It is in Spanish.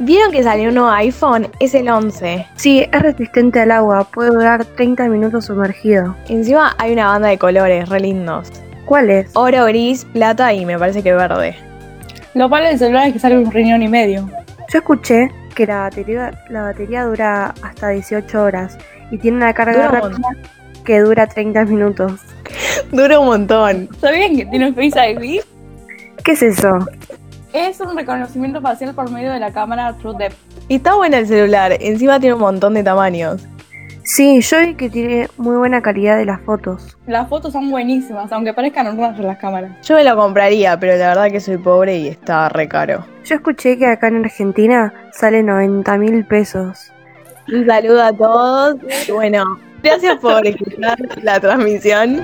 ¿Vieron que salió un nuevo iPhone? Es el 11. Sí, es resistente al agua, puede durar 30 minutos sumergido. Encima hay una banda de colores re lindos. ¿Cuál es? Oro, gris, plata y me parece que verde. Lo malo del celular es que sale un riñón y medio. Yo escuché que la batería, la batería dura hasta 18 horas y tiene una carga Dura un rápida que dura 30 minutos. Dura un montón. ¿Sabían que tiene Face ID? ¿Qué es eso? Es un reconocimiento facial por medio de la cámara True Depth. Y está bueno el celular, encima tiene un montón de tamaños. Sí, yo vi que tiene muy buena calidad de las fotos. Las fotos son buenísimas, aunque parezcan horrorosas las cámaras. Yo me lo compraría, pero la verdad que soy pobre y está re caro. Yo escuché que acá en Argentina sale 90 mil pesos. Un saludo a todos. Bueno, gracias por escuchar la transmisión.